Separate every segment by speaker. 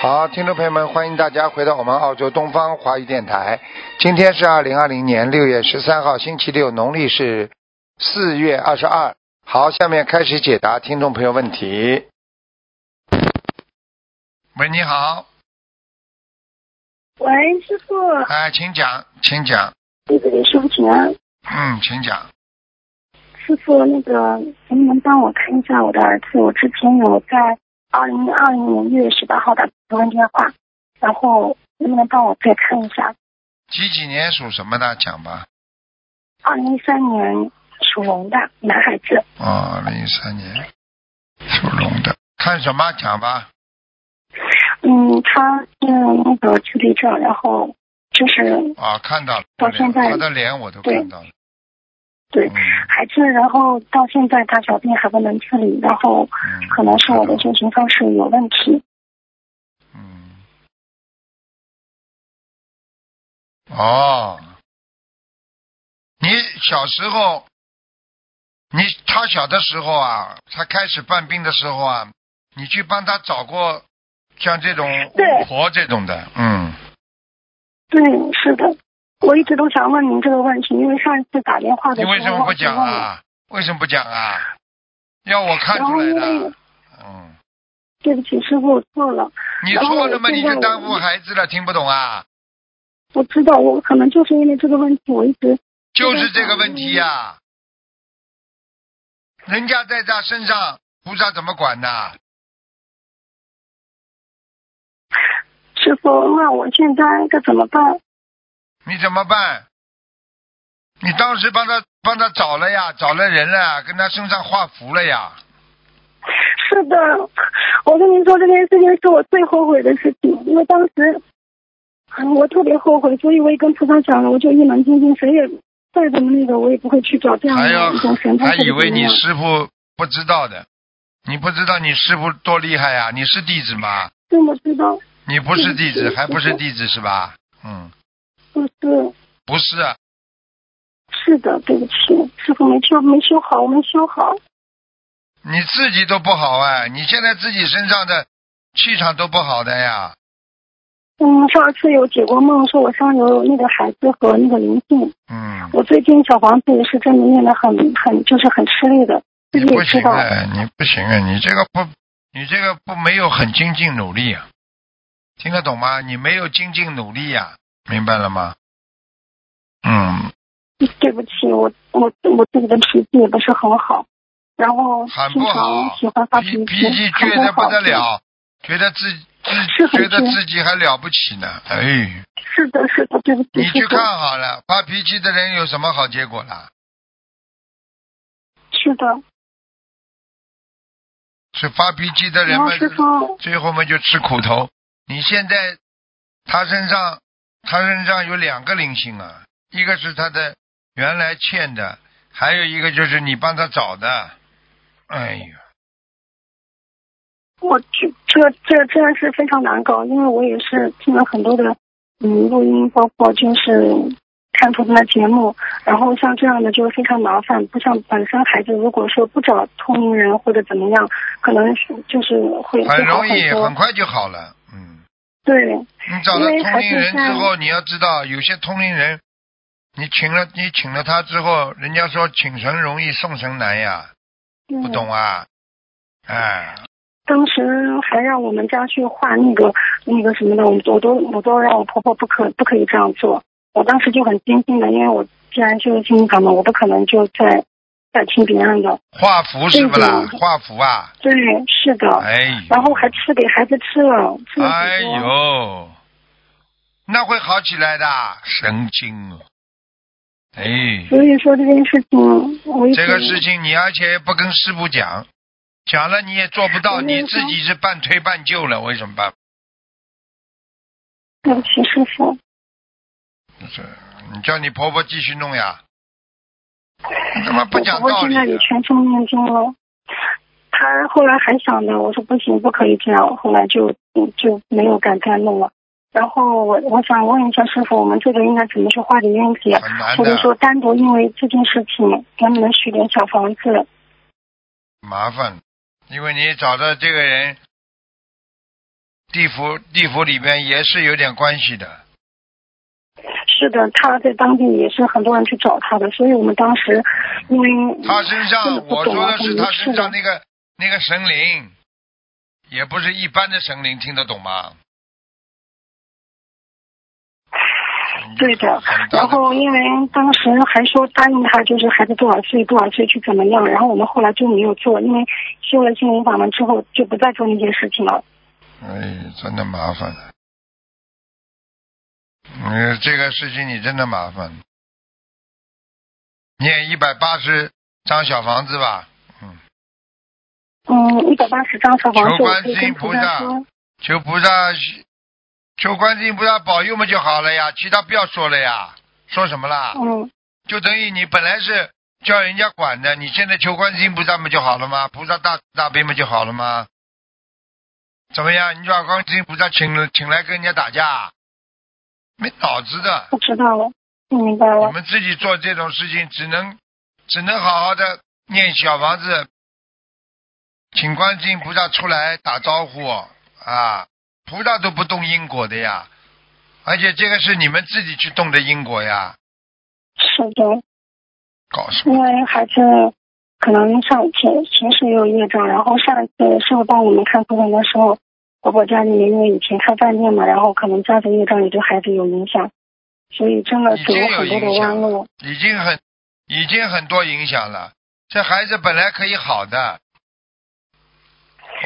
Speaker 1: 好，听众朋友们，欢迎大家回到我们澳洲东方华语电台。今天是二零二零年六月十三号，星期六，农历是四月二十二。好，下面开始解答听众朋友问题。喂，你好，
Speaker 2: 喂，师傅，
Speaker 1: 哎，请讲，请讲，
Speaker 2: 弟子给师傅请安。
Speaker 1: 嗯，请讲。
Speaker 2: 师傅，那个能不能帮我看一下我的儿子？我之前有在二零二零年一月十八号打过通电话，然后能不能帮我再看一下？
Speaker 1: 几几年属什么的？讲吧。
Speaker 2: 二零一三年属龙的男孩子，
Speaker 1: 哦，二零一三年属龙的，看什么？讲吧。
Speaker 2: 嗯，他嗯那个自闭症，然后就是
Speaker 1: 啊，看到了，
Speaker 2: 到现在
Speaker 1: 他的脸我都
Speaker 2: 对
Speaker 1: 看到了。
Speaker 2: 对
Speaker 1: 嗯
Speaker 2: 孩子，然后到现在大小便还不能自理，然后
Speaker 1: 嗯，
Speaker 2: 可能是我
Speaker 1: 看
Speaker 2: 的
Speaker 1: 到了
Speaker 2: 修行方式有问题。
Speaker 1: 嗯。哦，你小时候，你他小的时候啊，他开始犯病的时候啊，你去帮他找过像这种巫
Speaker 2: 对
Speaker 1: 婆这种的，嗯，
Speaker 2: 对，是的，我一直都想问您这个问题，因为上一次打电话
Speaker 1: 你
Speaker 2: 的时候
Speaker 1: 为什么不讲
Speaker 2: 忘记问了？
Speaker 1: 啊？为什么不讲啊？要我看出来
Speaker 2: 然后因为
Speaker 1: 的，嗯，
Speaker 2: 对不起，师傅，我错了，
Speaker 1: 你
Speaker 2: 然后
Speaker 1: 错了嘛，
Speaker 2: 我
Speaker 1: 你
Speaker 2: 现在
Speaker 1: 就耽
Speaker 2: 我
Speaker 1: 误孩子了，听不懂啊？
Speaker 2: 我知道，我可能就是因为这个问题，我一直
Speaker 1: 就是这个问题呀、人家在他身上，菩萨怎么管呐？
Speaker 2: 师傅，那我现在该怎么办？
Speaker 1: 你怎么办？你当时帮他帮他找了呀，找了人了，跟他身上画符了呀。
Speaker 2: 是的，我跟您说这件事情是我最后悔的事情，因为当时，嗯，我特别后悔，所以我也跟菩萨讲了，我就一门精进，谁也再怎么那个，我也不会去找这样
Speaker 1: 还要
Speaker 2: 的一种神通
Speaker 1: 还
Speaker 2: 或者
Speaker 1: 以为
Speaker 2: 怎么
Speaker 1: 你
Speaker 2: 样
Speaker 1: 师傅不知道的，你不知道你师傅多厉害呀、你是弟子吗？
Speaker 2: 真的知道，
Speaker 1: 你不是
Speaker 2: 嗯
Speaker 1: 弟
Speaker 2: 是
Speaker 1: 子，
Speaker 2: 是
Speaker 1: 还不是
Speaker 2: 是
Speaker 1: 弟子是吧？嗯，
Speaker 2: 就是。
Speaker 1: 不是啊，
Speaker 2: 是的，对不起，师傅没修没修好，我没修好。
Speaker 1: 你自己都不好啊，你现在自己身上的气场都不好的呀。
Speaker 2: 嗯，上次有解过梦，说我上游有那个孩子和那个灵性。
Speaker 1: 嗯，
Speaker 2: 我最近小房子也是真的念得很很就是很吃力的，自
Speaker 1: 你
Speaker 2: 己
Speaker 1: 不
Speaker 2: 也知
Speaker 1: 行
Speaker 2: 道。
Speaker 1: 啊，你不行啊，你这个不，你这个不没有很精进努力啊，听得懂吗？你没有精进努力呀、明白了吗？嗯，
Speaker 2: 对不起，我我我自己的脾气也不是很好，然后
Speaker 1: 很
Speaker 2: 经
Speaker 1: 不好
Speaker 2: 常喜欢发
Speaker 1: 脾
Speaker 2: 脾
Speaker 1: 脾气
Speaker 2: 很
Speaker 1: 倔得
Speaker 2: 啊好
Speaker 1: 不得。了，觉得自
Speaker 2: 是
Speaker 1: 自
Speaker 2: 很
Speaker 1: 觉得
Speaker 2: 倔
Speaker 1: 自己还了不起呢，哎，
Speaker 2: 是的，是的，对不起，
Speaker 1: 你去
Speaker 2: 师傅
Speaker 1: 看。好了，发脾气的人有什么好结果啦？
Speaker 2: 是的，
Speaker 1: 是发脾气的人
Speaker 2: 然后
Speaker 1: 们
Speaker 2: 师傅，
Speaker 1: 最后嘛就吃苦头。你现在他身上，他身上有两个灵性啊，一个是他的原来欠的，还有一个就是你帮他找的。哎呀，
Speaker 2: 我这这这真的是非常难搞，因为我也是听了很多的嗯录音，包括就是看图腾的节目，然后像这样的就非常麻烦，不像本身孩子如果说不找通灵人或者怎么样，可能是就是会会
Speaker 1: 很
Speaker 2: 好
Speaker 1: 容易，
Speaker 2: 多
Speaker 1: 很。快就好了。嗯，
Speaker 2: 对，
Speaker 1: 你找了
Speaker 2: 因为
Speaker 1: 通灵人
Speaker 2: 还
Speaker 1: 之
Speaker 2: 是
Speaker 1: 后，你要知道，有些通灵人，你请了你请了他之后，人家说请神容易送神难呀，
Speaker 2: 嗯
Speaker 1: 不懂啊？哎，
Speaker 2: 当时还让我们家去画那个那个什么的，我我都我都让我婆婆不可不可以这样做。我当时就很坚定的，因为我既然就是心灵法门，我不可能就再再听别人的。
Speaker 1: 画符是不啦
Speaker 2: 这？个
Speaker 1: 画符啊？
Speaker 2: 对，是的。
Speaker 1: 哎呦，
Speaker 2: 然后还吃给孩子吃了，吃了
Speaker 1: 哎
Speaker 2: 很多。
Speaker 1: 呦，那会好起来的，神经哦！哎，
Speaker 2: 所以说这件事情，我一直
Speaker 1: 这个事情你而且不跟师傅讲，讲了你也做不到，
Speaker 2: 嗯
Speaker 1: 你自己是半推半就了，为什么办？
Speaker 2: 对不起师傅。
Speaker 1: 是你叫你婆婆继续弄呀？怎么不
Speaker 2: 我
Speaker 1: 讲
Speaker 2: 婆
Speaker 1: 道
Speaker 2: 婆
Speaker 1: 理啊
Speaker 2: 现在也
Speaker 1: 的？
Speaker 2: 全程念经了。她后来还想着，我说不行，不可以这样。后来就嗯就没有敢再弄了。然后我我想问一下师傅，我们这个应该怎么去化解冤结，
Speaker 1: 很难
Speaker 2: 啊或者说
Speaker 1: 的，
Speaker 2: 单独因为这件事情，能不能许点小房子？
Speaker 1: 麻烦，因为你找的这个人，地府地府里边也是有点关系的。
Speaker 2: 是的，他在当地也是很多人去找他的，所以我们当时因为
Speaker 1: 他身
Speaker 2: 真的
Speaker 1: 上，
Speaker 2: 不
Speaker 1: 我
Speaker 2: 懂
Speaker 1: 说
Speaker 2: 啊
Speaker 1: 的是他身上
Speaker 2: 我们
Speaker 1: 那个那个神灵，也不是一般的神灵，听得懂吗？
Speaker 2: 对的
Speaker 1: 很大的
Speaker 2: 然后因为当时还说答应他，就是孩子多少岁多少岁去怎么样，然后我们后来就没有做，因为修了心灵法门之后就不再做那件事情了。
Speaker 1: 哎，真的麻烦了。嗯，这个事情你真的麻烦。念一百八十张小房子吧，
Speaker 2: 嗯，一百八十张小房子，
Speaker 1: 求
Speaker 2: 我
Speaker 1: 观
Speaker 2: 可以
Speaker 1: 世音
Speaker 2: 跟
Speaker 1: 菩
Speaker 2: 菩
Speaker 1: 萨
Speaker 2: 萨说。
Speaker 1: 求菩萨，求观世音菩萨保佑嘛就好了呀，其他不要说了呀，说什么啦？
Speaker 2: 嗯，
Speaker 1: 就等于你本来是叫人家管的，你现在求观世音菩萨不就好了吗？菩萨大慈大悲不就好了吗？怎么样？你把观世音菩萨请了请来跟人家打架，没脑子的！
Speaker 2: 我知道了，嗯明白了
Speaker 1: 你。们自己做这种事情，只能只能好好的念小房子，请观世音菩萨出来打招呼啊！菩萨都不动因果的呀，而且这个是你们自己去动的因果呀，
Speaker 2: 是的，
Speaker 1: 搞什
Speaker 2: 因
Speaker 1: 么？
Speaker 2: 为孩子可能上前前世也有业障，然后上一次师傅帮我们看图腾的时候，婆婆家里面因为以前开饭店嘛，然后可能家庭业障也对孩子有影响，所以真的
Speaker 1: 已
Speaker 2: 走
Speaker 1: 经嗯有
Speaker 2: 了很多
Speaker 1: 影
Speaker 2: 的
Speaker 1: 响
Speaker 2: 弯路。
Speaker 1: 已经很已经很多影响了。这孩子本来可以好的，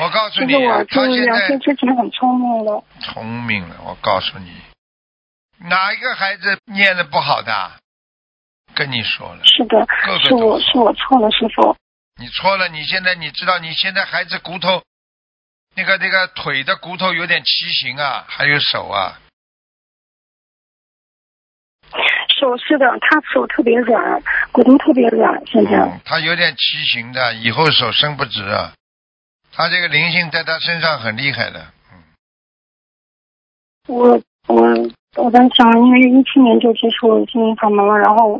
Speaker 1: 我告诉
Speaker 2: 其
Speaker 1: 你
Speaker 2: 实
Speaker 1: 他
Speaker 2: 我，就是
Speaker 1: 现
Speaker 2: 良心
Speaker 1: 在
Speaker 2: 之前很聪明的，
Speaker 1: 聪明了。我告诉你，哪一个孩子念的不好的？跟你说了，
Speaker 2: 是的，
Speaker 1: 个个
Speaker 2: 是
Speaker 1: 都
Speaker 2: 我
Speaker 1: 好
Speaker 2: 是我错了，师傅。
Speaker 1: 你错了。你现在你知道，你现在孩子骨头，那个那个腿的骨头有点畸形啊，还有手啊，
Speaker 2: 手是的，他手特别软，骨头特别软，现在、
Speaker 1: 嗯，他有点畸形的，以后手伸不直啊。他这个灵性在他身上很厉害的，
Speaker 2: 我我我在想，因为一七年就接触心灵法门了，然后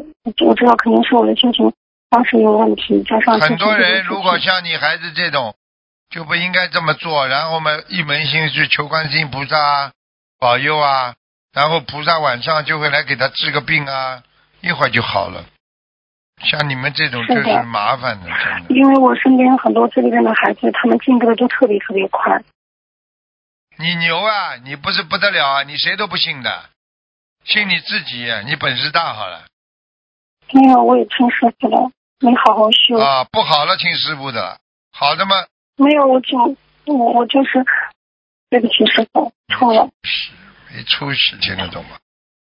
Speaker 2: 我知道肯定是我的心情当时有问题，加上
Speaker 1: 很多人
Speaker 2: 就是
Speaker 1: 如果像你孩子这种，就不应该这么做。然后嘛，一门心去求观世音菩萨啊保佑啊，然后菩萨晚上就会来给他治个病啊，一会儿就好了。像你们这种就是是
Speaker 2: 的
Speaker 1: 麻烦的，真 的。
Speaker 2: 因为我身边很多自闭症的孩子，他们进步的都特别特别快。
Speaker 1: 你牛啊，你不是不得了啊，你谁都不信的，信你自己，啊你本事大好了
Speaker 2: 因为我也听师傅的，没好好修，
Speaker 1: 啊，不好了听师傅的，好的嘛，
Speaker 2: 没有我就我我就是对不起师傅，错了。
Speaker 1: 是没出息，听得懂吗？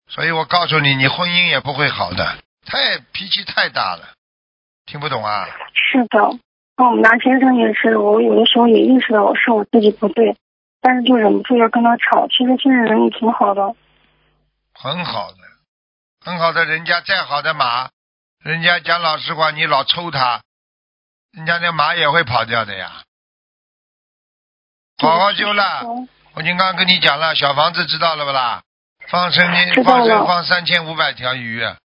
Speaker 1: 所以我告诉你，你婚姻也不会好的，太脾气太大了，听不懂啊？
Speaker 2: 是的，那我们男先生也是，我有的时候也意识到是我自己不对，但是就忍不住要跟他吵。其实现在人也挺好的，
Speaker 1: 很好的，很好的，人家再好的马，人家讲老实话，你老抽他，人家那马也会跑掉的呀。好好修啦，
Speaker 2: 嗯
Speaker 1: 我刚刚跟你讲了，小房子知道了不啦？放生
Speaker 2: 知道
Speaker 1: 放
Speaker 2: 了
Speaker 1: 生放三千五百条鱼，啊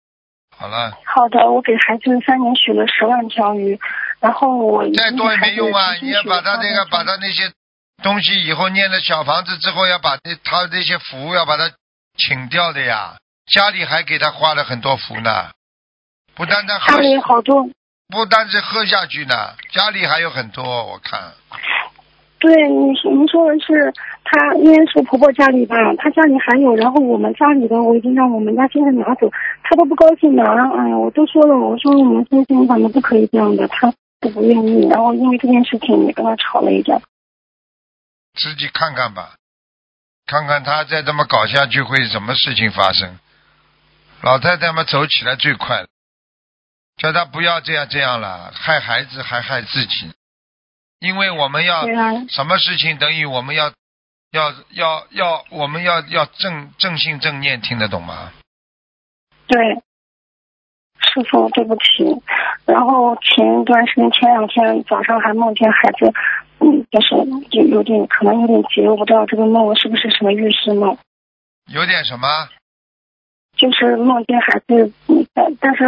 Speaker 1: 好了，
Speaker 2: 好的，我给孩子三年许了十万条鱼，然后我
Speaker 1: 再多也没用啊！你要把他
Speaker 2: 他
Speaker 1: 那个把他那些东西以后念了小房子之后，要把这他这些福要把它请掉的呀。家里还给他花了很多福呢，不单单喝
Speaker 2: 家，里好多，
Speaker 1: 不单是喝下去呢，家里还有很多。我看
Speaker 2: 对你您说的是他，因为是婆婆家里吧，他家里还有，然后我们家里的我已经让我们家先生拿走，他都不高兴拿，哎呀，我都说了，我说我们先生咱们不可以这样的，他都不愿意，然后因为这件事情也跟他吵了一架。
Speaker 1: 自己看看吧，看看他再这么搞下去会什么事情发生。老太太们走起来最快了，叫他不要这样这样了，害孩子还害自己，因为我们要
Speaker 2: 对啊，
Speaker 1: 什么事情等于我们要要要要我们要要正正信正念，听得懂吗？
Speaker 2: 对，师傅对不起。然后前一段时间，前两天早上还梦见孩子，嗯，就是有有点可能有点急，我不知道这个梦是不是什么预示梦，
Speaker 1: 有点什么
Speaker 2: 就是梦见孩子，嗯，但但是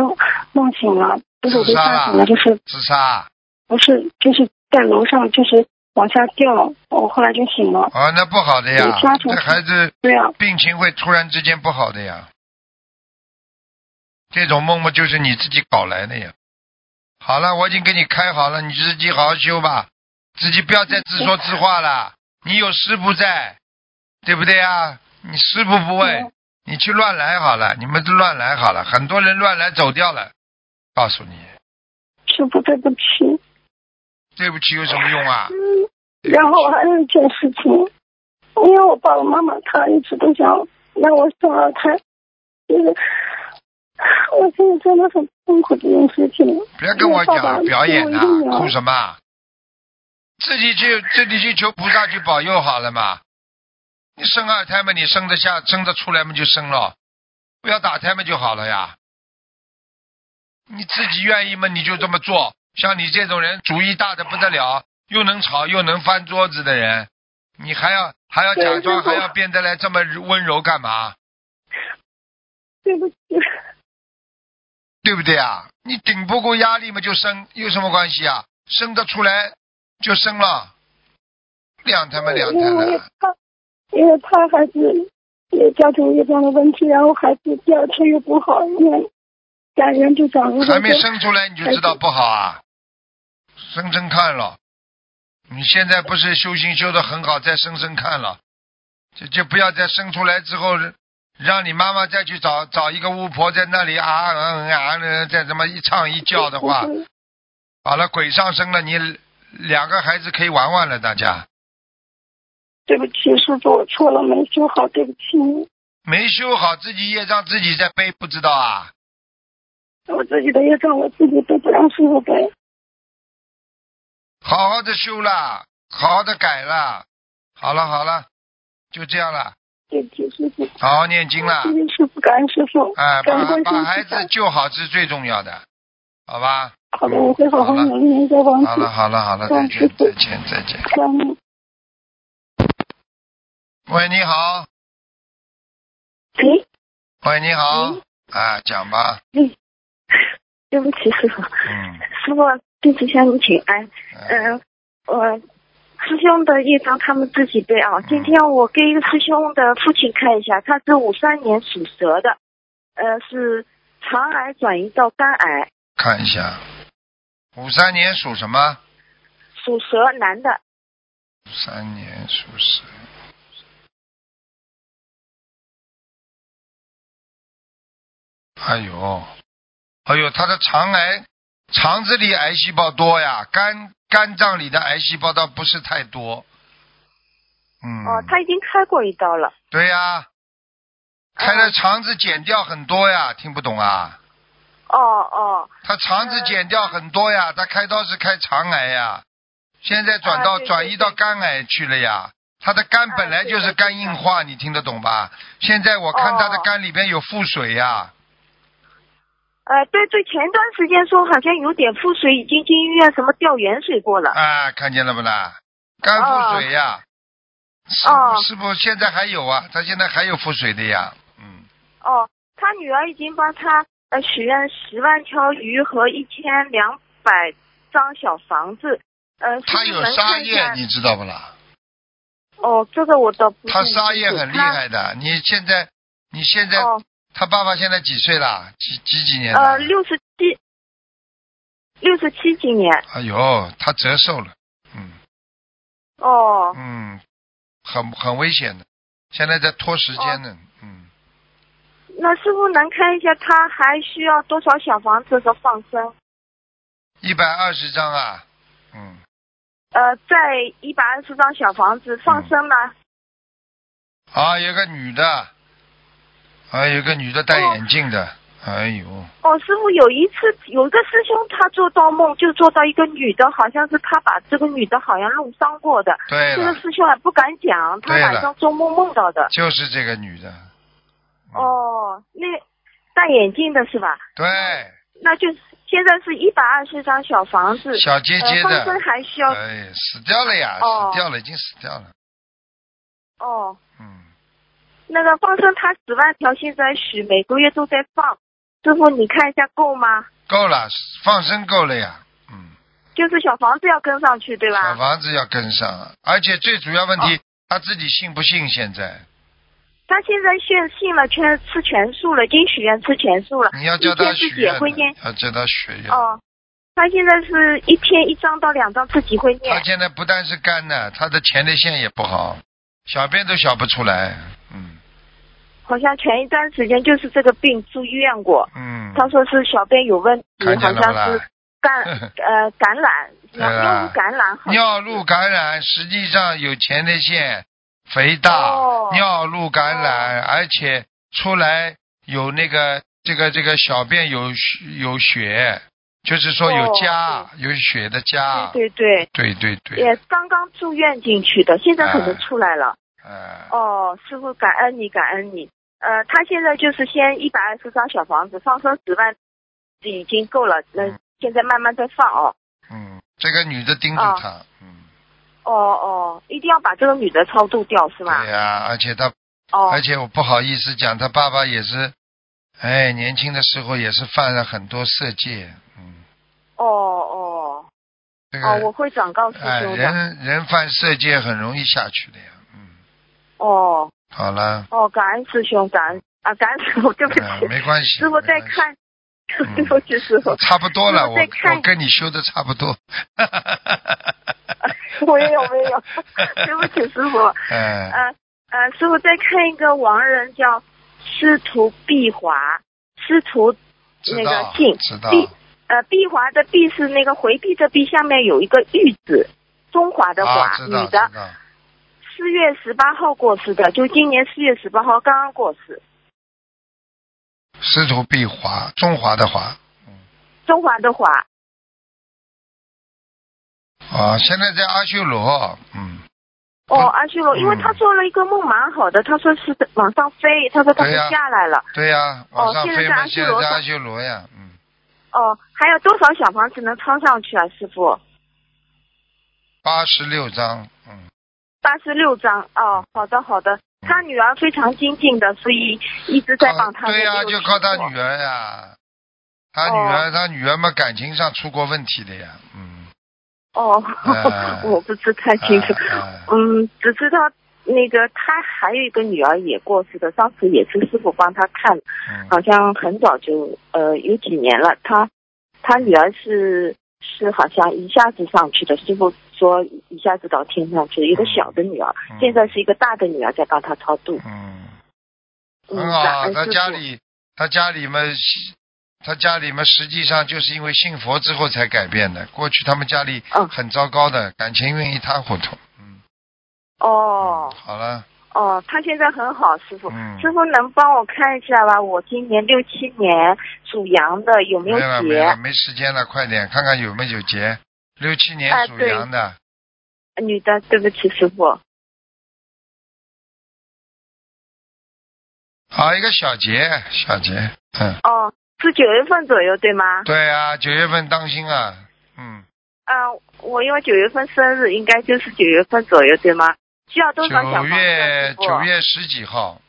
Speaker 2: 梦醒了，不是我被
Speaker 1: 自杀了
Speaker 2: 吓醒了，就是
Speaker 1: 自杀？
Speaker 2: 不是就是在楼上，就是往下掉，我后来就醒了。
Speaker 1: 啊，那不好的呀
Speaker 2: 有家，族
Speaker 1: 这孩子
Speaker 2: 对啊，
Speaker 1: 病情会突然之间不好的呀。这种梦嘛，就是你自己搞来的呀。好了，我已经给你开好了，你自己好好修吧，自己不要再自说自话了。你有师傅在，对不对啊？你师傅不会，
Speaker 2: 嗯
Speaker 1: 你去乱来好了，你们都乱来好了，很多人乱来走掉了。告诉你，
Speaker 2: 师傅对不起。
Speaker 1: 对不起有什么用啊？
Speaker 2: 嗯，然后还有一件事情，因为我爸爸妈妈他一直都想让我生二胎，就是我现在真的很痛苦这件事情。
Speaker 1: 别跟我
Speaker 2: 因为爸爸
Speaker 1: 讲表演呐、
Speaker 2: 对我一定要
Speaker 1: 哭什么啊？自己去自己去求菩萨去保佑好了嘛。你生二胎嘛，你生得下，生得出来嘛就生了，不要打胎嘛就好了呀。你自己愿意嘛，你就这么做。像你这种人主意大的不得了，又能吵又能翻桌子的人，你还要还要假
Speaker 2: 对
Speaker 1: 装
Speaker 2: 师傅
Speaker 1: 还要变得来这么温柔干嘛？
Speaker 2: 对不起，
Speaker 1: 对不对啊？你顶不过压力嘛，就生，有什么关系啊？生得出来就生了，两胎嘛，两
Speaker 2: 因
Speaker 1: 胎
Speaker 2: 为我也
Speaker 1: 了，
Speaker 2: 怕，因为怕孩子也家庭有这样的问题，然后孩子第二天又不好，因为家人就想如果
Speaker 1: 还没
Speaker 2: 说
Speaker 1: 生出来你就知道不好啊？生生看了，你现在不是修行修得很好，再生生看了，就就不要再生出来之后，让你妈妈再去找找一个巫婆在那里啊啊啊啊啊，再这么一唱一叫的 话，好了，鬼上身了，你两个孩子可以玩玩了，大家。
Speaker 2: 对不起，师傅，我错了，没修好，对不起你，
Speaker 1: 没修好自己业障自己在背，不知道啊？
Speaker 2: 我自己的业障我自己都不让师傅背。
Speaker 1: 好好的修啦，好好的改啦。好了好了，就这样了，
Speaker 2: 对不起，师傅，
Speaker 1: 好好念经啦。
Speaker 2: 谢谢师傅，感恩师傅，
Speaker 1: 啊哎，
Speaker 2: 感
Speaker 1: 把
Speaker 2: 恩观世
Speaker 1: 把
Speaker 2: 音
Speaker 1: 孩
Speaker 2: 菩
Speaker 1: 子
Speaker 2: 萨。
Speaker 1: 救好是最重要的，好吧？
Speaker 2: 好的，我会好好
Speaker 1: 好了
Speaker 2: 努力研究王子
Speaker 1: 好。了好了好了，再见再见再见。
Speaker 2: 感恩你。
Speaker 1: 喂，你好，
Speaker 2: 哎，
Speaker 1: 喂，你好，啊，讲吧，
Speaker 2: 对不起，师傅，
Speaker 1: 嗯，
Speaker 2: 师傅，弟子向你请安。
Speaker 1: 哎
Speaker 2: 嗯，我师兄的业障他们自己背
Speaker 1: 嗯
Speaker 2: 啊。今天我给一个师兄的父亲看一下，他是五三年属蛇的，呃，是肠癌转移到肝癌，
Speaker 1: 看一下，五三年属什么？
Speaker 2: 属蛇，男的。哦
Speaker 1: 三年属蛇。哎呦，哎呦，他的肠癌，肠子里癌细胞多呀，肝肝脏里的癌细胞倒不是太多。嗯。
Speaker 2: 哦，他已嗯经开过一刀了。
Speaker 1: 对呀，开了
Speaker 2: 嗯
Speaker 1: 肠子减掉很多呀，听不懂啊？
Speaker 2: 哦哦，
Speaker 1: 他肠子减掉很多呀，他开刀是开肠癌呀，现在转到、
Speaker 2: 啊对对
Speaker 1: 转移到肝癌去了呀。他的肝
Speaker 2: 啊
Speaker 1: 本来就
Speaker 2: 对
Speaker 1: 是
Speaker 2: 的
Speaker 1: 肝硬化，你听得懂吧？现在我看他的
Speaker 2: 哦
Speaker 1: 肝里边有腹水呀，
Speaker 2: 呃，对对，前段时间说好像有点腹水，已经进医院什么吊盐水过了。
Speaker 1: 啊，看见了不啦？肝腹水呀，师
Speaker 2: 啊哦
Speaker 1: 傅师傅现在还有啊，他现在还有腹水的呀，嗯，
Speaker 2: 哦，他女儿已经帮他呃许愿十万条鱼和一千两百张小房子。呃，
Speaker 1: 他有沙叶，你知道不啦？
Speaker 2: 哦，这个我倒不是
Speaker 1: 他
Speaker 2: 很清楚。
Speaker 1: 沙叶很厉害的，你现在你现
Speaker 2: 他。
Speaker 1: 在
Speaker 2: 哦，
Speaker 1: 他爸爸现在几岁啦？几几几年的？
Speaker 2: 呃，六十七，六十七几年。
Speaker 1: 哎呦，他折寿了，嗯
Speaker 2: 哦，
Speaker 1: 嗯，很很危险的，现在在拖时间
Speaker 2: 哦
Speaker 1: 呢，嗯，
Speaker 2: 那师傅能看一下他还需要多少小房子和放生？
Speaker 1: 一百二十张啊，嗯，
Speaker 2: 呃，在一百二十张小房子放
Speaker 1: 嗯
Speaker 2: 生呢？
Speaker 1: 啊，有个女的，啊，有个女的戴眼镜的，哎呦，
Speaker 2: 哦，师傅有一次有一个师兄他做到梦，就做到一个女的，好像是他把这个女的好像弄伤过的。
Speaker 1: 对
Speaker 2: 这个
Speaker 1: 了，
Speaker 2: 师兄还不敢讲，他
Speaker 1: 对了
Speaker 2: 晚上做梦梦到的。
Speaker 1: 就是这个女的，嗯
Speaker 2: 哦，那戴眼镜的是吧？
Speaker 1: 对，
Speaker 2: 那就现在是一百二十张小房子，
Speaker 1: 小姐姐
Speaker 2: 呃，放
Speaker 1: 的
Speaker 2: 生，还需要、
Speaker 1: 哎，死掉了呀，
Speaker 2: 哦
Speaker 1: 死掉了，已经死掉了，
Speaker 2: 哦。
Speaker 1: 嗯。
Speaker 2: 那个放生他十万条，现在许每个月都在放，师傅你看一下够吗？
Speaker 1: 够了，放生够了呀。嗯，
Speaker 2: 就是小房子要跟上去，对
Speaker 1: 小
Speaker 2: 吧？哦
Speaker 1: 房子要跟上，而且最主要问题，他自己信不信？现在
Speaker 2: 他现在信信了，全吃全素了，已经许愿吃全素了。
Speaker 1: 你要叫他许
Speaker 2: 一天自己也
Speaker 1: 愿
Speaker 2: 会念
Speaker 1: 的，要叫他许愿。
Speaker 2: 哦，他现在是一天一张到两张自己会念
Speaker 1: 他。现在不但是肝呢，他的前列腺也不好，小便都小不出来。嗯
Speaker 2: 好像前一段时间就是这个病住院过，
Speaker 1: 嗯，
Speaker 2: 他说是小便有问题，
Speaker 1: 看
Speaker 2: 好
Speaker 1: 见了不
Speaker 2: 像是
Speaker 1: 啦？
Speaker 2: 感呃感染，
Speaker 1: 对啊啦
Speaker 2: 尿路感染好像是。
Speaker 1: 尿路感染实际上有前列腺肥大、
Speaker 2: 哦
Speaker 1: 尿路感染，而且出来有那个这个这个小便有血有血，就是说有
Speaker 2: 哦
Speaker 1: 痂、有血的痂。
Speaker 2: 对对
Speaker 1: 对对
Speaker 2: 对，
Speaker 1: 对，
Speaker 2: 也刚刚住院进去的，现在可
Speaker 1: 哎
Speaker 2: 能出来了。
Speaker 1: 哎
Speaker 2: 哦，师傅感恩你，感恩你。呃，他现在就是先一百二十张小房子，放生十万已经够了，那、
Speaker 1: 嗯
Speaker 2: 现在慢慢再放哦。
Speaker 1: 嗯，这个女的盯住
Speaker 2: 哦
Speaker 1: 他，嗯，
Speaker 2: 哦哦，一定要把这个女的超度掉是吧
Speaker 1: 对？呀、而且他
Speaker 2: 哦
Speaker 1: 而且我不好意思讲，他爸爸也是，哎，年轻的时候也是犯了很多色戒，嗯，
Speaker 2: 哦哦
Speaker 1: 这个，
Speaker 2: 哦，我会转告师
Speaker 1: 哎，
Speaker 2: 兄的。
Speaker 1: 人人犯色戒很容易下去的呀，嗯，
Speaker 2: 哦
Speaker 1: 好 了，
Speaker 2: 哦，感恩师兄，感恩啊，感恩师傅，对不起，
Speaker 1: 嗯，没关系，
Speaker 2: 师傅在
Speaker 1: 没关系，
Speaker 2: 看，
Speaker 1: 嗯
Speaker 2: 对不起师傅，
Speaker 1: 差不多了，
Speaker 2: 师傅
Speaker 1: 我
Speaker 2: 在看
Speaker 1: 我跟你修的差不多，
Speaker 2: 我也有我也有， 对不起师傅，
Speaker 1: 哎，
Speaker 2: 呃呃，师傅再看一个亡人叫司徒碧华，司徒
Speaker 1: 知
Speaker 2: 那
Speaker 1: 道
Speaker 2: 个静
Speaker 1: 知道，
Speaker 2: 碧呃碧华的碧是那个回避的避，下面有一个玉字，中华的华，
Speaker 1: 啊，知
Speaker 2: 女
Speaker 1: 道
Speaker 2: 的
Speaker 1: 知，道，
Speaker 2: 四月十八号过世的，就今年四月十八号刚刚过世，
Speaker 1: 师徒必华，中华的华，
Speaker 2: 中华的华，
Speaker 1: 啊，现在在阿修罗，嗯，
Speaker 2: 哦，
Speaker 1: 嗯
Speaker 2: 阿修罗，因为他做了一个梦蛮好的，他说是往上飞，他说他
Speaker 1: 对
Speaker 2: 不
Speaker 1: 哎呀
Speaker 2: 下来了。
Speaker 1: 对呀、往
Speaker 2: 哦
Speaker 1: 上
Speaker 2: 现在
Speaker 1: 飞
Speaker 2: 在
Speaker 1: 嘛，
Speaker 2: 阿修
Speaker 1: 现在
Speaker 2: 罗
Speaker 1: 在
Speaker 2: 上
Speaker 1: 阿修罗呀，嗯。
Speaker 2: 哦，还有多少小房子能抄上去啊，师傅？
Speaker 1: 八十六章，嗯，
Speaker 2: 八十六张。哦，好的好的。他女儿非常精进的，所以一直在帮他
Speaker 1: 靠啊
Speaker 2: 们
Speaker 1: 对呀、
Speaker 2: 这个
Speaker 1: 就
Speaker 2: 师
Speaker 1: 靠他
Speaker 2: 傅
Speaker 1: 女儿呀、
Speaker 2: 哦
Speaker 1: 他女儿，他女儿嘛，感情上出过问题的呀，嗯，
Speaker 2: 哦，
Speaker 1: 哎
Speaker 2: 我不是太清楚。
Speaker 1: 哎哎
Speaker 2: 嗯，只知道那个他还有一个女儿也过世的，上次也是师傅帮他看，
Speaker 1: 嗯
Speaker 2: 好像很早就呃有几年了。他他女儿是是好像一下子上去的，师傅说一下子到天上去，一个小的女儿，
Speaker 1: 嗯
Speaker 2: 现在是一个大的女儿在帮他超度。
Speaker 1: 嗯，
Speaker 2: 嗯，
Speaker 1: 很
Speaker 2: 感
Speaker 1: 好，
Speaker 2: 恩
Speaker 1: 他
Speaker 2: 师
Speaker 1: 啊家
Speaker 2: 傅。
Speaker 1: 里，他家里嘛，他家里嘛，实际上就是因为信佛之后才改变的，过去他们家里
Speaker 2: 嗯
Speaker 1: 很糟糕的，感情运一塌糊涂，嗯，
Speaker 2: 哦
Speaker 1: 好了，
Speaker 2: 哦，他现在很好，师傅。
Speaker 1: 嗯，
Speaker 2: 师傅能帮我看一下吧？我今年六七年属羊的，有
Speaker 1: 没
Speaker 2: 没有
Speaker 1: 了没
Speaker 2: 结？
Speaker 1: 了，没时间了，快点看看有没有结，六七年
Speaker 2: 哎
Speaker 1: 属
Speaker 2: 对
Speaker 1: 羊的，
Speaker 2: 女的，对不起，师傅。
Speaker 1: 好一个小杰，小杰，嗯。
Speaker 2: 哦，是九月份左右对吗？
Speaker 1: 对啊，九月份当心啊，嗯，
Speaker 2: 嗯、我因为九月份生日，应该就是九月份左右对吗？需要多少小
Speaker 1: 九
Speaker 2: 房子啊？
Speaker 1: 月
Speaker 2: 师傅
Speaker 1: 九月十几号，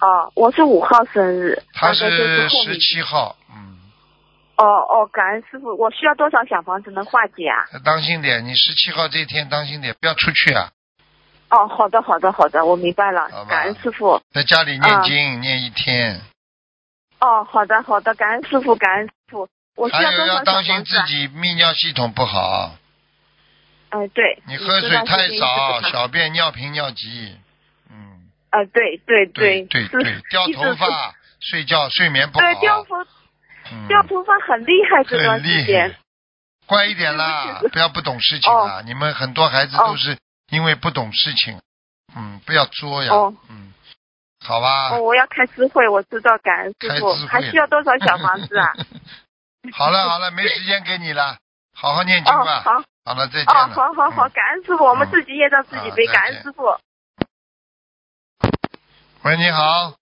Speaker 2: 哦，我是五号生日，
Speaker 1: 他
Speaker 2: 大概就是
Speaker 1: 是
Speaker 2: 后
Speaker 1: 十
Speaker 2: 面。
Speaker 1: 七号，嗯，
Speaker 2: 哦哦，感恩师傅，我需要多少小房子能化解啊？
Speaker 1: 当心点，你十七号这一天当心点，不要出去啊，
Speaker 2: 哦，好的好的好的，我明白了
Speaker 1: 好吧，
Speaker 2: 感恩师傅。
Speaker 1: 在家里念
Speaker 2: 啊
Speaker 1: 经、念一天，
Speaker 2: 哦，好的好的，感恩师傅，感恩师傅。我需
Speaker 1: 还
Speaker 2: 要
Speaker 1: 有
Speaker 2: 多
Speaker 1: 要
Speaker 2: 少
Speaker 1: 当
Speaker 2: 小
Speaker 1: 心
Speaker 2: 房子
Speaker 1: 自
Speaker 2: 啊？
Speaker 1: 己泌尿系统不好，
Speaker 2: 嗯、对。
Speaker 1: 你喝
Speaker 2: 知
Speaker 1: 水
Speaker 2: 道
Speaker 1: 太
Speaker 2: 这个意思
Speaker 1: 少，
Speaker 2: 吧
Speaker 1: 小便尿频尿急，嗯，
Speaker 2: 呃，对对
Speaker 1: 对对
Speaker 2: 对
Speaker 1: 对，掉头。发，睡觉睡眠不好，啊
Speaker 2: 对掉头
Speaker 1: 嗯
Speaker 2: 掉头发很厉害，这段
Speaker 1: 很
Speaker 2: 时
Speaker 1: 厉
Speaker 2: 间
Speaker 1: 害。，乖一点 啦，不要不懂事情
Speaker 2: 哦
Speaker 1: 啦。你们很多孩子都是因为不懂事情，嗯，不要作呀，
Speaker 2: 哦
Speaker 1: 嗯，好吧。
Speaker 2: 哦，我要开智慧，我知道，感恩
Speaker 1: 啊开
Speaker 2: 师傅
Speaker 1: 智慧。
Speaker 2: 还需要多少 小房子啊？
Speaker 1: 好了好了，没时间给你了，好好念经
Speaker 2: 哦，
Speaker 1: 吧。
Speaker 2: 好，哦，
Speaker 1: 好了，再见了。
Speaker 2: 好好好，
Speaker 1: 嗯
Speaker 2: 感恩师傅，我们
Speaker 1: 嗯
Speaker 2: 自己业障自己背，
Speaker 1: 啊
Speaker 2: 感
Speaker 1: 再见
Speaker 2: 恩师傅。
Speaker 1: 喂，你好，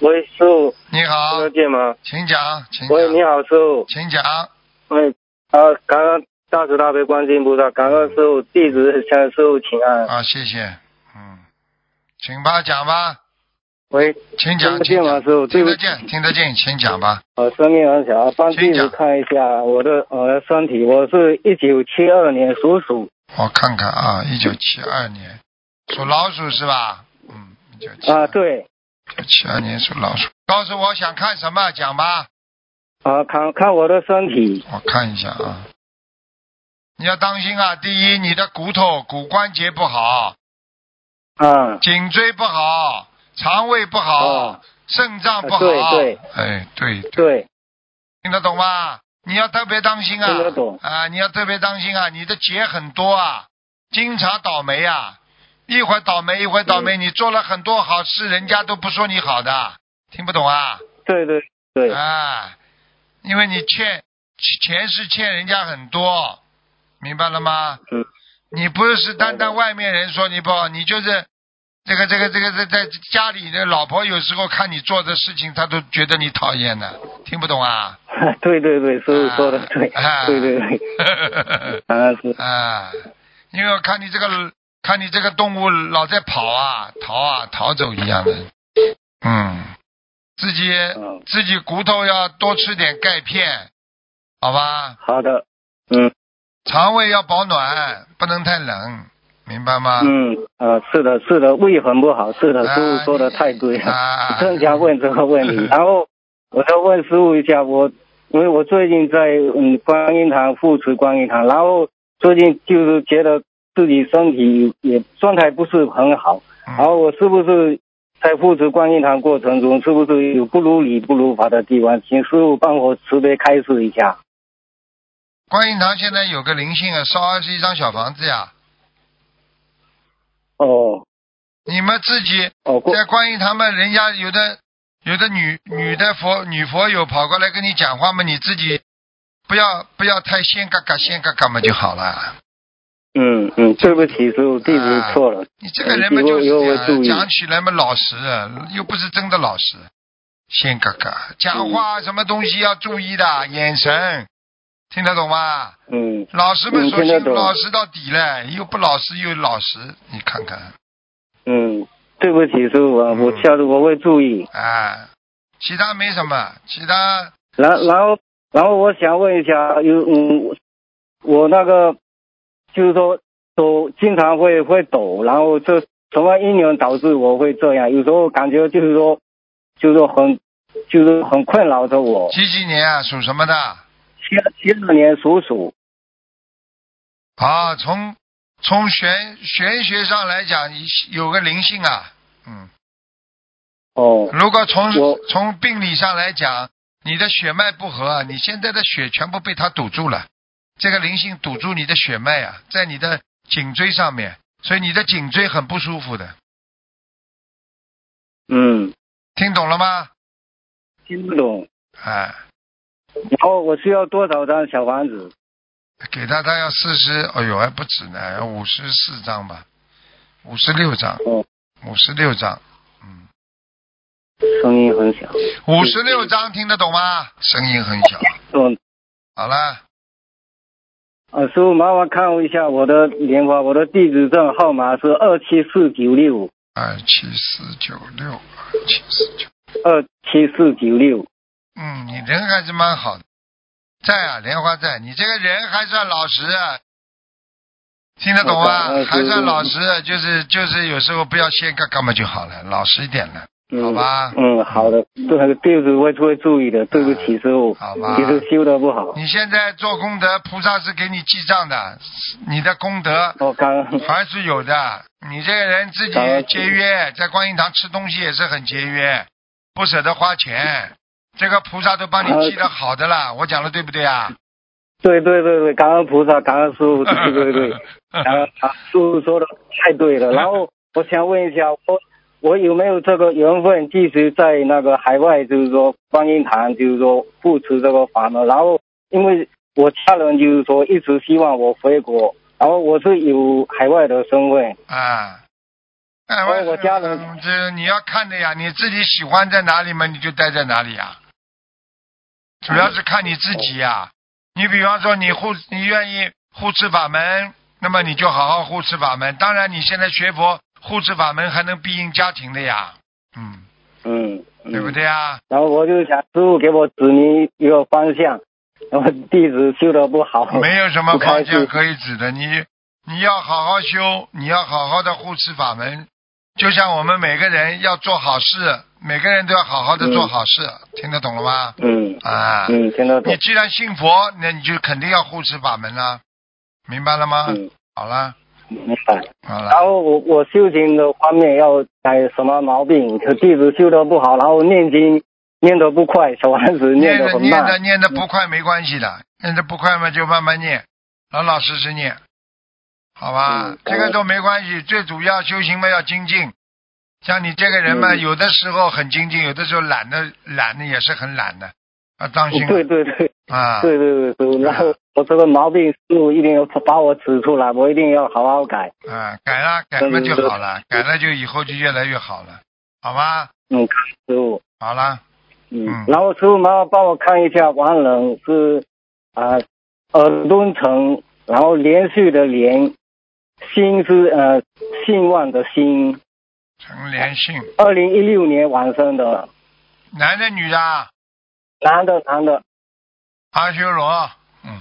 Speaker 3: 喂，师傅，
Speaker 1: 你好
Speaker 3: 听，得见吗？
Speaker 1: 请讲，请讲，
Speaker 3: 喂，你好，师傅。
Speaker 1: 请讲。
Speaker 3: 喂，啊，感恩大慈大悲观世音菩萨，感恩师
Speaker 1: 嗯
Speaker 3: 傅，弟子向师傅请安。
Speaker 1: 啊，谢谢，嗯，请吧，讲吧。
Speaker 3: 喂，
Speaker 1: 请
Speaker 3: 听
Speaker 1: 讲，
Speaker 3: 得
Speaker 1: 请
Speaker 3: 见吗，
Speaker 1: 讲，
Speaker 3: 师傅？对
Speaker 1: 听
Speaker 3: 不
Speaker 1: 得
Speaker 3: 起，
Speaker 1: 见，听得见，请讲吧。
Speaker 3: 我生命呃很小，帮
Speaker 1: 请
Speaker 3: 弟
Speaker 1: 讲
Speaker 3: 子看一下我的我的身体。我是一九七二年属鼠，
Speaker 1: 我看看啊，一九七二年属老鼠是吧？嗯，一九七
Speaker 3: 啊，，对，
Speaker 1: 七二年属老鼠。告诉我想看什么，讲吧，
Speaker 3: 啊，看看我的身体，
Speaker 1: 我看一下啊。你要当心啊！第一，你的骨头、骨关节不好，
Speaker 3: 啊，
Speaker 1: 颈椎不好，肠胃不好，
Speaker 3: 哦，
Speaker 1: 肾脏不好。
Speaker 3: 对啊对。
Speaker 1: 哎，对，
Speaker 3: 对，
Speaker 1: 听得懂吗？你要特别当心啊！
Speaker 3: 听得懂
Speaker 1: 啊！你要特别当心啊！你的劫很多啊，经常倒霉啊，一会儿倒霉一会儿倒
Speaker 3: 嗯
Speaker 1: 霉。你做了很多好事，人家都不说你好的，听不懂啊？
Speaker 3: 对对对，
Speaker 1: 啊，因为你欠钱是欠人家很多，明白了吗？
Speaker 3: 嗯。
Speaker 1: 你不是单
Speaker 3: 明白
Speaker 1: 单外面人说你不好，你就是这个这个这个在在家里的老婆有时候看你做的事情，她都觉得你讨厌的，听不懂啊？
Speaker 3: 对对对，师傅说的
Speaker 1: 啊
Speaker 3: 对，
Speaker 1: 啊
Speaker 3: 对对对，啊是，
Speaker 1: 啊，因为我看你这个看你这个动物老在跑啊、逃啊、逃走一样的，嗯，自己
Speaker 3: 嗯，
Speaker 1: 自己骨头要多吃点钙片，好吧？
Speaker 3: 好的，嗯
Speaker 1: 肠胃要保暖，不能太冷，明白吗？
Speaker 3: 嗯啊，是的，是的，胃很不好，是的，
Speaker 1: 啊
Speaker 3: 师傅说的太对了。
Speaker 1: 啊，嗯
Speaker 3: 正想问这个问 题，然后我再问师傅一下，我因为我最近在嗯观音堂复持观音堂，然后最近就是觉得自己身体也状态不是很好，
Speaker 1: 嗯
Speaker 3: 然后我是不是在复持观音堂过程中，是不是有不如理不如法的地方？请师傅帮我慈悲开示一下。
Speaker 1: 观音堂现在有个灵性啊，烧二十一张小房子呀，
Speaker 3: 哦
Speaker 1: 你们自己
Speaker 3: 哦，过
Speaker 1: 在观音堂嘛，人家有的有的女女的佛女佛友跑过来跟你讲话嘛，你自己不要不要太先嘎嘎先嘎嘎嘛就好了。
Speaker 3: 嗯嗯，对不起，师傅，弟子
Speaker 1: 啊
Speaker 3: 错了。
Speaker 1: 你这个人嘛就是
Speaker 3: 以后以后
Speaker 1: 这
Speaker 3: 会注
Speaker 1: 样，
Speaker 3: 意
Speaker 1: 讲起来嘛老实，又不是真的老实，先嘎嘎讲
Speaker 3: 嗯
Speaker 1: 话什么东西要注意的，眼神听得懂吗？
Speaker 3: 嗯
Speaker 1: 老实嘛
Speaker 3: 嗯
Speaker 1: 说
Speaker 3: 听得
Speaker 1: 清
Speaker 3: 懂
Speaker 1: 老实到底了，又不老实又老实，你看看
Speaker 3: 嗯，对不起，师傅，啊，我
Speaker 1: 嗯
Speaker 3: 下次我会注意。
Speaker 1: 啊，其他没什么，其他
Speaker 3: 然然后然后我想问一下，有嗯，我那个就是说抖经常会会抖，然后这什么因缘导致我会这样？有时候感觉就是说，就是说很就是很困扰着我。
Speaker 1: 几几年啊，属什么的？
Speaker 3: 七七二年属鼠，
Speaker 1: 啊，从从玄玄学上来讲，有个灵性啊，嗯，
Speaker 3: 哦
Speaker 1: 如果从
Speaker 3: 我
Speaker 1: 从病理上来讲，你的血脉不和，啊你现在的血全部被它堵住了，这个灵性堵住你的血脉啊，在你的颈椎上面，所以你的颈椎很不舒服的，
Speaker 3: 嗯，
Speaker 1: 听懂了吗？
Speaker 3: 听不懂。
Speaker 1: 哎，
Speaker 3: 然后我需要多少张小房子？
Speaker 1: 给他他要四十，哎呦还不止呢，要五十四张吧，五十六张
Speaker 3: 哦，
Speaker 1: 五十六张，嗯。
Speaker 3: 声音很小。
Speaker 1: 五十六章听得懂吗？声音很小。
Speaker 3: 嗯，
Speaker 1: 好了，
Speaker 3: 啊，师傅，麻烦看一下我的莲花，我的地址证号码是二七四九六
Speaker 1: 二七四九六，二七四九。
Speaker 3: 二七四九六。
Speaker 1: 嗯，你人还是蛮好的，在啊，莲花在。你这个人还算老实，啊听得懂吗
Speaker 3: 我懂？
Speaker 1: 还算老实，啊就是就是有时候不要先干干嘛就好了，老实一点了，
Speaker 3: 嗯
Speaker 1: 好吧？
Speaker 3: 嗯，好的，这个弟子会会注意的，对不起，师傅，
Speaker 1: 好吧嗯
Speaker 3: 其实修的不好。
Speaker 1: 你现在做功德，菩萨是给你记账的，你的功德
Speaker 3: 我刚，
Speaker 1: 还是有的。你这个人自己
Speaker 3: 当然是
Speaker 1: 节约，在观音堂吃东西也是很节约，不舍得花钱。这个菩萨都帮你记得好的啦，我讲的对不对啊？
Speaker 3: 对对对对，感恩菩萨，感恩师 傅，对对对，感恩啊，师傅说的太 对了。然后我想问一下，我我有没有这个缘分，继续在那个海外，就是说观音堂，就是说扶持这个法门。然后因为我家人就是说一直希望我回国，然后我是有海外的身份，
Speaker 1: 啊，哎，
Speaker 3: 我我家人
Speaker 1: 嗯这你要看的呀，你自己喜欢在哪里嘛，你就待在哪里呀。主要是看你自己呀。你比方说你护，你愿意护持法门，那么你就好好护持法门。当然，你现在学佛护持法门还能庇荫家庭的呀。嗯，
Speaker 3: 嗯，嗯
Speaker 1: 对不？对啊？
Speaker 3: 然后我就想师傅给我指明一个方向，然后弟子修的不好，
Speaker 1: 没有什么
Speaker 3: 不开
Speaker 1: 方
Speaker 3: 心
Speaker 1: 向可以指的，你你要好好修，你要好好的护持法门，就像我们每个人要做好事，每个人都要好好的做好事，听得懂了吗？
Speaker 3: 嗯
Speaker 1: 啊，
Speaker 3: 嗯，听得懂
Speaker 1: 你，既然信佛，那你就肯定要护持法门啦，明白了吗？
Speaker 3: 嗯，
Speaker 1: 好了，
Speaker 3: 明白。
Speaker 1: 好
Speaker 3: 然
Speaker 1: 了，
Speaker 3: 后我我修行的方面要改什么毛病？就弟子修的不好，然后念经念得不快，小丸子
Speaker 1: 念
Speaker 3: 得
Speaker 1: 的
Speaker 3: 很
Speaker 1: 念的
Speaker 3: 慢。
Speaker 1: 念的不快没关系的，念的不快嘛就慢慢念，老老实实念，好吧？
Speaker 3: 嗯
Speaker 1: 这个都没关系，最主要修行嘛要精进。像你这个人嘛，
Speaker 3: 嗯
Speaker 1: 有的时候很精进，有的时候懒的懒的也是很懒的，要当心
Speaker 3: 嗯对对对
Speaker 1: 啊！
Speaker 3: 对对对对，然后我这个毛病，师傅一定要把我指出来，我一定要好好改。
Speaker 1: 啊，改了改
Speaker 3: 嗯
Speaker 1: 了就好了，改了就以后就越来越好了，好吗？
Speaker 3: 嗯，师傅，
Speaker 1: 好了。嗯
Speaker 3: 嗯，然后师傅麻烦帮我看一下王冷是啊、耳东城，然后连续的连，兴是呃兴旺的兴，
Speaker 1: 陈连信，
Speaker 3: 二零一六年晚生的，
Speaker 1: 男的女的啊？
Speaker 3: 男的男的。
Speaker 1: 阿修罗，嗯，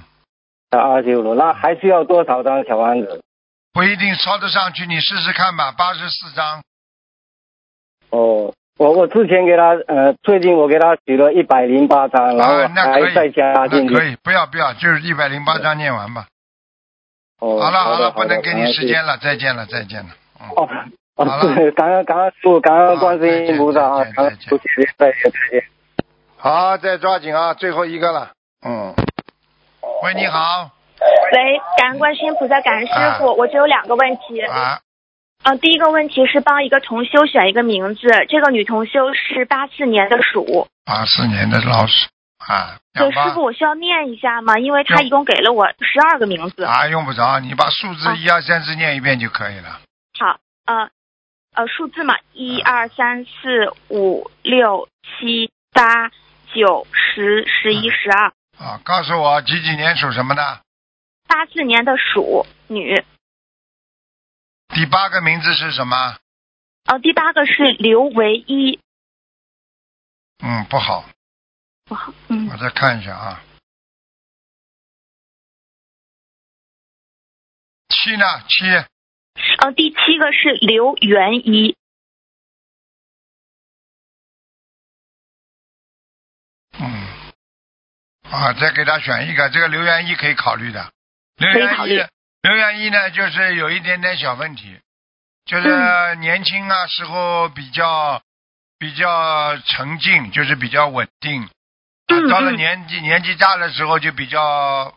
Speaker 3: 啊，阿修罗，那还需要多少张小丸子？
Speaker 1: 不一定烧得上去，你试试看吧，八十四张，
Speaker 3: 哦，我我之前给他呃，最近我给他取了一百零八张，然
Speaker 1: 啊
Speaker 3: 后
Speaker 1: 那可以
Speaker 3: 还再加
Speaker 1: 那
Speaker 3: 进去。
Speaker 1: 可以，不要不要，就是一百零八张念完吧。
Speaker 3: 哦，
Speaker 1: 好了
Speaker 3: 好的
Speaker 1: 了，不能给你时。
Speaker 3: 好的
Speaker 1: 间了，再见了再见了，嗯，
Speaker 3: 哦，
Speaker 1: 好
Speaker 3: 哦，
Speaker 1: 了
Speaker 3: 对， 感恩感恩师傅，感恩
Speaker 1: 啊
Speaker 3: 观世音菩萨啊
Speaker 1: 再见，
Speaker 3: 感
Speaker 1: 再
Speaker 3: 恩
Speaker 1: 见
Speaker 3: 菩萨，再见再见。
Speaker 1: 好，再抓紧啊，最后一个了，嗯，喂，你好，
Speaker 2: 喂，感恩观世音菩萨，感恩师傅，我只有两个问题。嗯、
Speaker 1: 啊，
Speaker 2: 第一个问题是帮一个同修选一个名字，这个女同修是八四年的鼠，
Speaker 1: 八四年的老鼠啊，
Speaker 2: 对
Speaker 1: 两
Speaker 2: 师
Speaker 1: 八
Speaker 2: 傅，我需要念一下吗？因为她一共给了我十二个名字。
Speaker 1: 啊，用不着，你把数字
Speaker 2: 啊
Speaker 1: 一二三四念一遍就可以了，
Speaker 2: 好，呃，呃，数字嘛，
Speaker 1: 嗯
Speaker 2: 一二三四五六七八九十十一十二，
Speaker 1: 啊，告诉我几几年属什么的，
Speaker 2: 八四年的鼠女。
Speaker 1: 第八个名字是什么？
Speaker 2: 呃，第八个是刘唯一，
Speaker 1: 嗯，不好，
Speaker 2: 哇嗯
Speaker 1: 我再看一下啊。七呢？七
Speaker 2: 呃，第七个是刘元一，
Speaker 1: 嗯，啊，再给他选一个，这个刘元一可以考虑的。刘
Speaker 2: 可以
Speaker 1: 元
Speaker 2: 考
Speaker 1: 一
Speaker 2: 虑，
Speaker 1: 刘元一呢，就是有一点点小问题，就是
Speaker 2: 嗯
Speaker 1: 年轻啊时候比较比较沉静，就是比较稳定，啊
Speaker 2: 嗯，
Speaker 1: 到了
Speaker 2: 嗯
Speaker 1: 年纪年纪大的时候就比较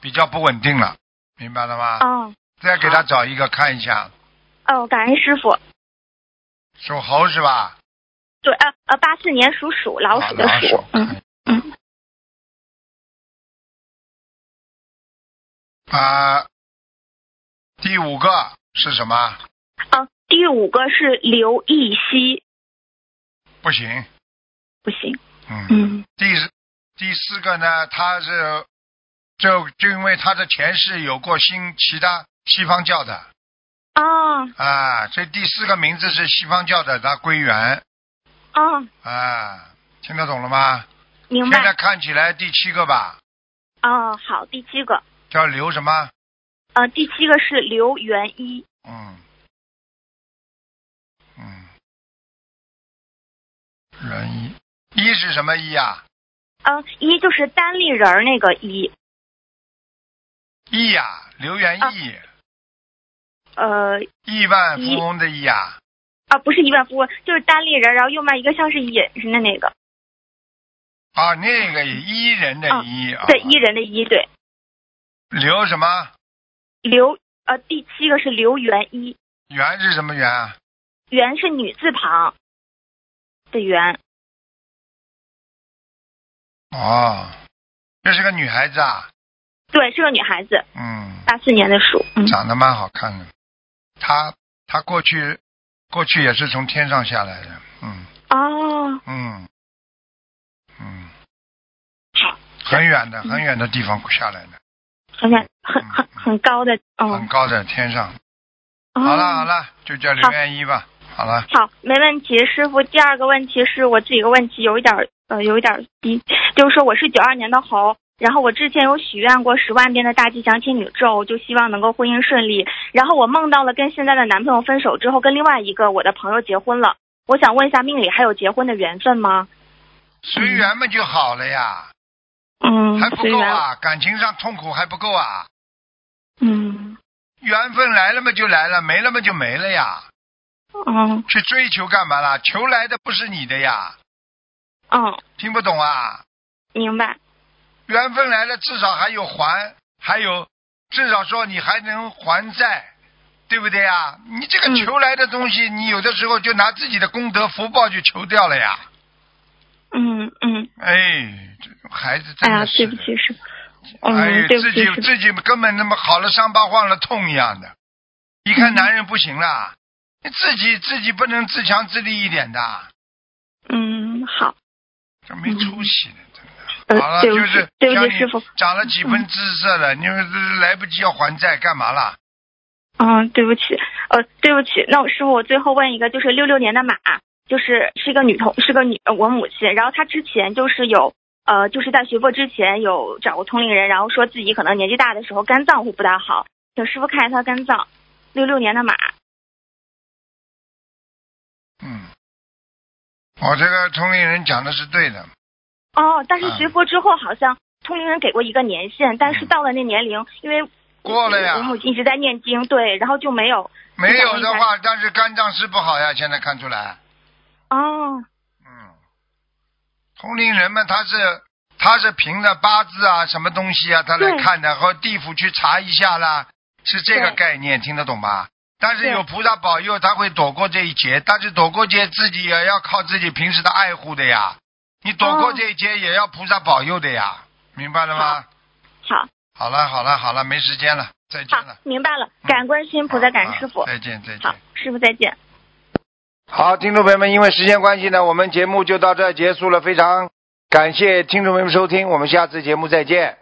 Speaker 1: 比较不稳定了，明白了吗？
Speaker 2: 哦
Speaker 1: 再给他找一个看一下，
Speaker 2: 哦，感恩师傅。
Speaker 1: 属猴是吧？
Speaker 2: 对，呃呃，八四年属鼠，老鼠的
Speaker 1: 啊老
Speaker 2: 鼠
Speaker 1: 鼠。
Speaker 2: 嗯嗯，
Speaker 1: 啊，第五个是什么？
Speaker 2: 啊，第五个是刘亦希，
Speaker 1: 不行，
Speaker 2: 不行。
Speaker 1: 嗯，
Speaker 2: 嗯，
Speaker 1: 第四第四个呢，他是就就因为他的前世有过新其他西方教的
Speaker 2: 哦
Speaker 1: 啊，所以第四个名字是西方教的，他归元
Speaker 2: 哦，
Speaker 1: 啊，听得懂了吗？
Speaker 2: 明
Speaker 1: 现在
Speaker 2: 白。
Speaker 1: 看起来第七个吧，
Speaker 2: 哦，好，第七个，
Speaker 1: 叫刘什么？
Speaker 2: 呃，第七个是刘元一。
Speaker 1: 嗯，嗯，人一，一是什么一啊？
Speaker 2: 呃，一就是单立人儿那个一，
Speaker 1: 亿呀、刘元
Speaker 2: 啊
Speaker 1: 义，
Speaker 2: 呃，
Speaker 1: 亿万富翁的亿呀、
Speaker 2: 啊，不是一万富翁，就是单立人，然后右面一个像是隐身的那个，
Speaker 1: 啊，那个一人的一啊，
Speaker 2: 哦对，一人的一，对，
Speaker 1: 刘什么
Speaker 2: 刘，呃，第七个是刘元一，
Speaker 1: 元是什么元啊？
Speaker 2: 元是女字旁的元，
Speaker 1: 哦，这是个女孩子啊，
Speaker 2: 对，是个女孩子，
Speaker 1: 嗯，
Speaker 2: 八四年的鼠。嗯，
Speaker 1: 长得蛮好看的，她她过去过去也是从天上下来的，嗯
Speaker 2: 哦，
Speaker 1: 嗯嗯，
Speaker 2: 好，
Speaker 1: 很远的很远的地方下来的，
Speaker 2: 很远，很很很高的，
Speaker 1: 很
Speaker 2: 嗯，
Speaker 1: 高的天上。
Speaker 2: 哦嗯
Speaker 1: 好了好，了，就叫刘元一吧。好了，
Speaker 2: 好，没问题，师傅。第二个问题是我自己的问题，有一点儿呃，有一点儿低，就是说我是九二年的猴，然后我之前有许愿过十万遍的大吉祥天女咒，就希望能够婚姻顺利。然后我梦到了跟现在的男朋友分手之后，跟另外一个我的朋友结婚了。我想问一下，命里还有结婚的缘分吗？
Speaker 1: 随缘嘛就好了呀，
Speaker 2: 嗯
Speaker 1: 还不
Speaker 2: 随
Speaker 1: 够
Speaker 2: 缘。
Speaker 1: 啊？感情上痛苦还不够啊？
Speaker 2: 嗯
Speaker 1: 缘分来了嘛就来了，没了嘛就没了呀。
Speaker 2: 嗯
Speaker 1: 去追求干嘛啦？求来的不是你的呀，
Speaker 2: 嗯，
Speaker 1: 听不懂啊？
Speaker 2: 明白。
Speaker 1: 缘分来了，至少还有还，还有至少说你还能还债，对不对呀？你这个
Speaker 2: 嗯
Speaker 1: 求来的东西，你有的时候就拿自己的功德福报去求掉了呀。
Speaker 2: 嗯嗯，
Speaker 1: 哎，这种孩子
Speaker 2: 哎
Speaker 1: 真
Speaker 2: 呀
Speaker 1: 的，是
Speaker 2: 对
Speaker 1: 的
Speaker 2: 不起，师傅。
Speaker 1: 哎
Speaker 2: 嗯，，对不
Speaker 1: 自
Speaker 2: 起，
Speaker 1: 己
Speaker 2: 师傅。
Speaker 1: 自己根本那么好了伤疤忘了痛一样的，一看
Speaker 2: 嗯
Speaker 1: 男人不行了，你自己自己不能自强自立一点的，
Speaker 2: 嗯，好。
Speaker 1: 这没出息的，真的。
Speaker 2: 呃
Speaker 1: 好了，
Speaker 2: 对不
Speaker 1: 就
Speaker 2: 起
Speaker 1: 是
Speaker 2: 对不
Speaker 1: 教
Speaker 2: 起，师
Speaker 1: 你
Speaker 2: 傅。
Speaker 1: 长了几分姿色了，你们来不及要还债，干嘛啦？
Speaker 2: 嗯，对不起，呃，对不起，那我师傅，我最后问一个，就是六六年的马，就是是一个女同，是个女，呃我母亲，然后她之前就是有，呃，就是在学佛之前有找过通灵人，然后说自己可能年纪大的时候肝脏会不大好，请师傅看一下她肝脏，六六年的马，
Speaker 1: 嗯，我这个同龄人讲的是对的，
Speaker 2: 哦，但是
Speaker 1: 嗯
Speaker 2: 学佛之后好像通灵人给过一个年限，但是到了那年龄，因为
Speaker 1: 过了呀
Speaker 2: 我母亲一直在念经，对，然后就没有，
Speaker 1: 没有的话，但是肝脏是不好呀，现在看出来。
Speaker 2: 哦，
Speaker 1: 嗯，同龄人们他是他是凭着八字啊什么东西啊他来
Speaker 2: 对
Speaker 1: 看的，和地府去查一下啦，是这个
Speaker 2: 对
Speaker 1: 概念，听得懂吧？但是
Speaker 2: 对
Speaker 1: 有菩萨保佑，他会躲过这一劫，但是躲过劫自己也要靠自己平时的爱护的呀。你躲过
Speaker 2: 哦
Speaker 1: 这一劫，也要菩萨保佑的呀，明白了吗？
Speaker 2: 好，
Speaker 1: 好了好了好了，没时间了，再见
Speaker 2: 好
Speaker 1: 了，。
Speaker 2: 明白了，感恩观世音菩萨，感恩师傅
Speaker 1: 啊，再见再见
Speaker 2: 好。，师傅再见。
Speaker 1: 好，听众朋友们，因为时间关系呢，我们节目就到这儿结束了。非常感谢听众朋友们收听，我们下次节目再见。